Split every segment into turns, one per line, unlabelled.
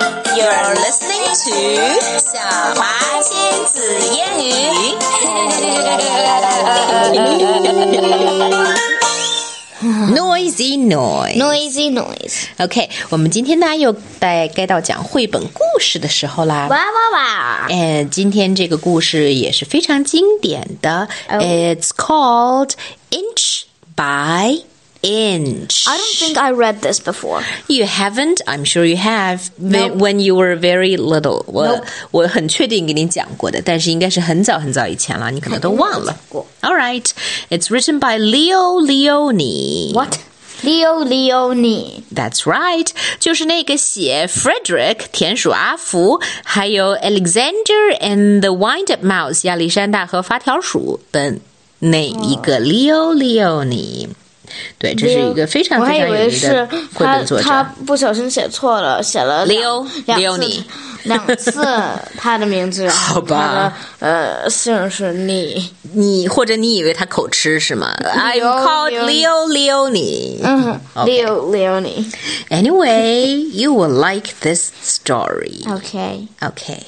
You're listening to 小华亲子英 语。
Noisy noise.
Noisy noise！
OK，我们今天呢又该该到讲绘本故事的时候啦。
哇哇哇！
呃，今天这个故事也是非常经典的。
Oh.
It's called Inch by Inch.
I don't think I read this before.
You haven't? I'm sure you have.
Nope.
When when you were very little，我
Nope.
我很确定给你讲过的，但是应该是很早很早以前了，你可能都忘了
肯定没有讲过。
All right, it's written by Leo Leone.
What? Leo Leone.
That's right，就是那个写 Frederick 田鼠阿福，还有 Alexander and the Wind Up Mouse 亚历山大和发条鼠的那一个 Leo Leone。对，这是一个非常
我还
非
以
常有
为
名的
是
绘
他
本作
他
者。
不小心写错了，写了两
Leo-
两
Leone
次两次他的名字，然后
好吧
他的呃姓是 Nee。
你或者你以为他口吃是吗？I'm called Leo Leone。
嗯
OK
，Leo Leone。
Anyway, you will like this story.
Okay.
Okay,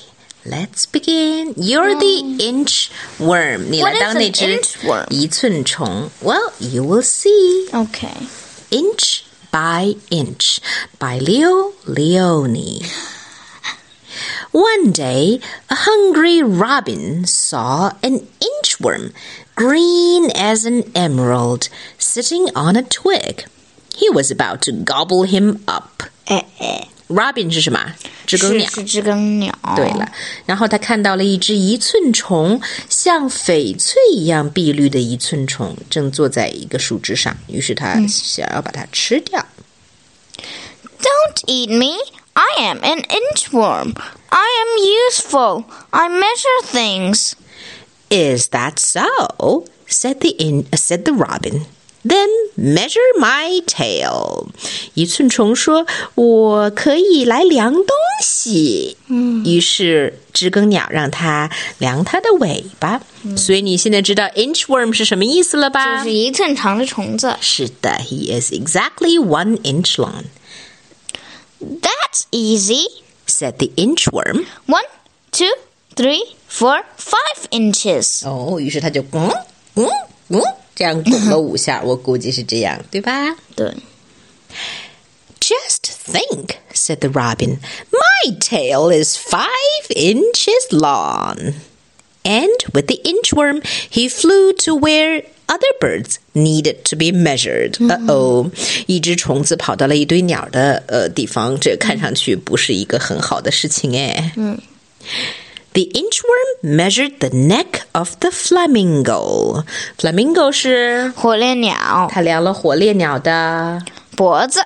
let's begin. You're the inch worm. 你
What
来当
is an
那只
inchworm?
一寸虫。Well, you will see.
Okay.
Inch by inch by Leo Leone. One day, a hungry robin saw an inchworm, green as an emerald, sitting on a twig. He was about to gobble him up.
哎哎，
Robin 是什么？知更
是
鸟。
是知更鸟。
对了，然后他看到了一只一寸虫，像翡翠一样碧绿的一寸虫，正坐在一个树枝上，于是他
嗯
想要把它吃掉。
Don't eat me. I am an inchworm. I am useful. I measure things.
Is that so? said the in said the robin. Then measure my tail. 一寸虫说：“我可以来量东西。”嗯，于是知更鸟让它量它的尾巴。所以你现在知道 inchworm 是什么意思了吧？
就是一寸长的虫子。
是的，he is exactly one inch long,"
That's easy.
said the inchworm.
One, two, three, four, five inches.
哦，于是他就嗯嗯嗯这样拱了五下，我估计是这样，对吧
对，
？Just think," said the robin. "My tail is five inches long." And with the inchworm, he flew to where other birds needed to be measured. Uh oh，一只虫子跑到了一堆鸟的呃地方，这看上去不是一个很好的事情哎。The inchworm measured the neck of the flamingo. Flamingo 是
火烈鸟
它量了火烈鸟的。
脖子。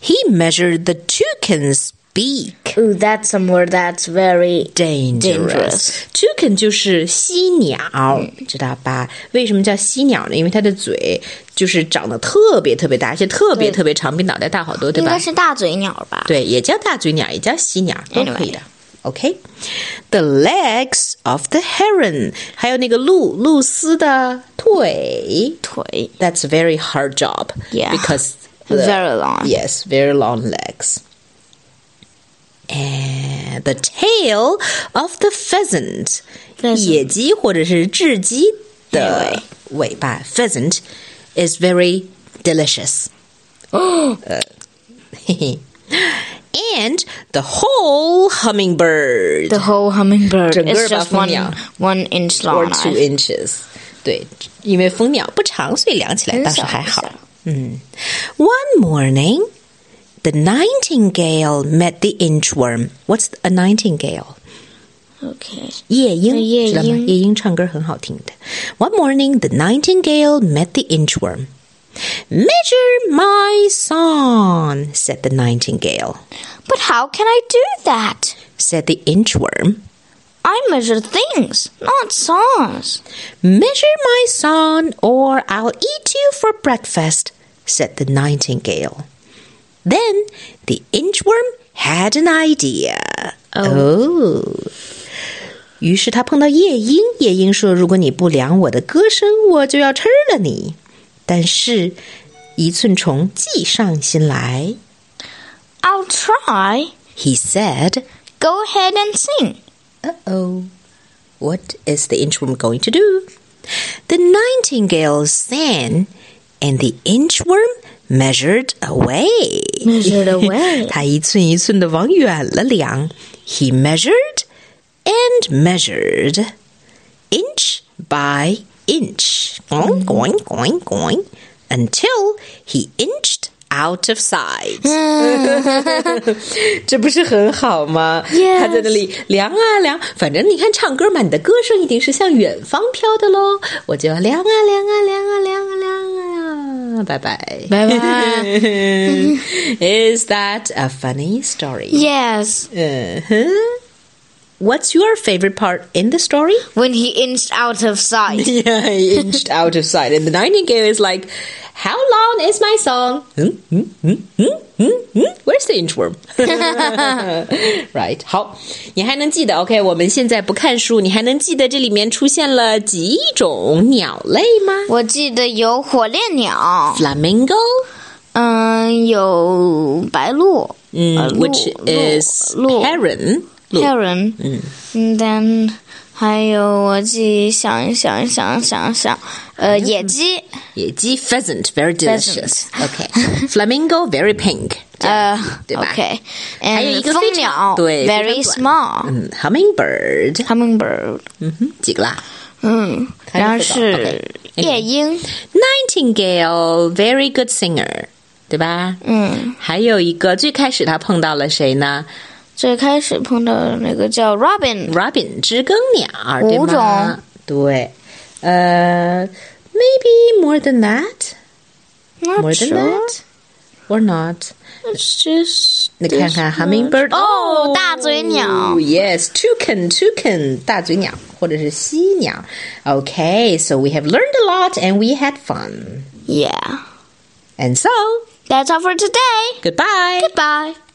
He measured the toucan's beak.
Ooh, that's some word that's very. Dangerous.
Dangerous. Toucan 就是犀鸟，知道吧？为什么叫犀鸟呢？因为它的嘴就是长得特别特别大，而且特别
对
特别长，比脑袋大好多，对
应
吧？
该是大嘴鸟吧？
对，也叫大嘴鸟，也叫犀鸟，都可以
Anyway.
的。OK，the、legs of the heron，还有那个鹿露丝的腿。
腿
That's a very hard job.
Yeah.
Because
Very long.
Yes, very long legs. And the tail of the pheasant，
Pheasant.
野鸡或者是雉鸡的
哎
尾巴。Pheasant is very delicious. 嘿嘿 And the whole hummingbird.
The whole hummingbird
整个
is just
吧，蜂
one
鸟。
one inch
or
long.
two
I-
inches. 对，因为蜂鸟不长，所以量起来倒是还好。嗯。One morning, the nightingale met the inchworm. What's a nightingale?
Okay.
夜莺，
夜莺。
知道吗？夜莺唱歌很好听的。One morning, the nightingale met the inchworm. Measure my song, said the nightingale.
But how can I do that?
Said the inchworm.
I measure things, not songs.
Measure my son, or I'll eat you for breakfast, said the nightingale. Then the inchworm had an idea. Oh. 于是他碰到夜莺，夜莺说：“如果你不量我的歌声，我就要吃了你。”但是，一寸虫计上心来。
I'll try.
He said,
Go ahead and sing.
Uh oh. What is the inchworm going to do? The nightingale sang, and the inchworm measured away.
Measured away.
他一寸一寸地往远了量。He measured and measured, inch by inch, going, going, going, going, until he inched out of sight. 这不是很好吗
Yes.
他在那里量啊量，反正你看唱歌嘛，你的歌声一定是向远方飘的喽。我就要量啊量啊量啊量啊量啊，拜拜。
Bye bye.
Is that a funny story?
yes.
Uh-huh. What's your favorite part in the story?
When he inched out of sight.
Yeah, he inched out of sight, and the nightingale is like, "How long is my song? Hmm, hmm, hmm, hmm, hmm, hmm. Where's the inchworm?" right，好，你还能记得？OK，我们现在不看书，你还能记得这里面出现了几种鸟类吗
我记得有火烈鸟，嗯、嗯
？Flamingo，
有白鹭，呃
嗯、w h i c
鹿
h is
鹿
heron，鹿
heron，嗯，then
嗯
还有我自己想一想想想想，呃，野鸡，
野鸡 pheasant，very delicious。OK，flamingo，very pink，
呃
对吧
，OK，
还有一个
and
非常
蜂鸟，
对非常短
very small
嗯，hummingbird，Mm-hmm.
hummingbird，
嗯哼，几个啦？
嗯，
还有
然后
这个
是
OK，嗯
夜莺，
Nightingale, very good singer，对吧？
嗯，
还有一个，最开始他碰到了谁呢
最开始碰到的那个叫 Robin，
？Robin 知更鸟，对
五
吗
种？
对，呃、m a y b e more than that，more
not
than
sure，
that，or not。
it's just
你看看 hummingbird，
哦大嘴鸟
Yes，toucan toucan 大嘴鸟或者是犀鸟。Okay，so we have learned a lot and we had fun.
yeah，that's
And so
all for today，
goodbye.
goodbye。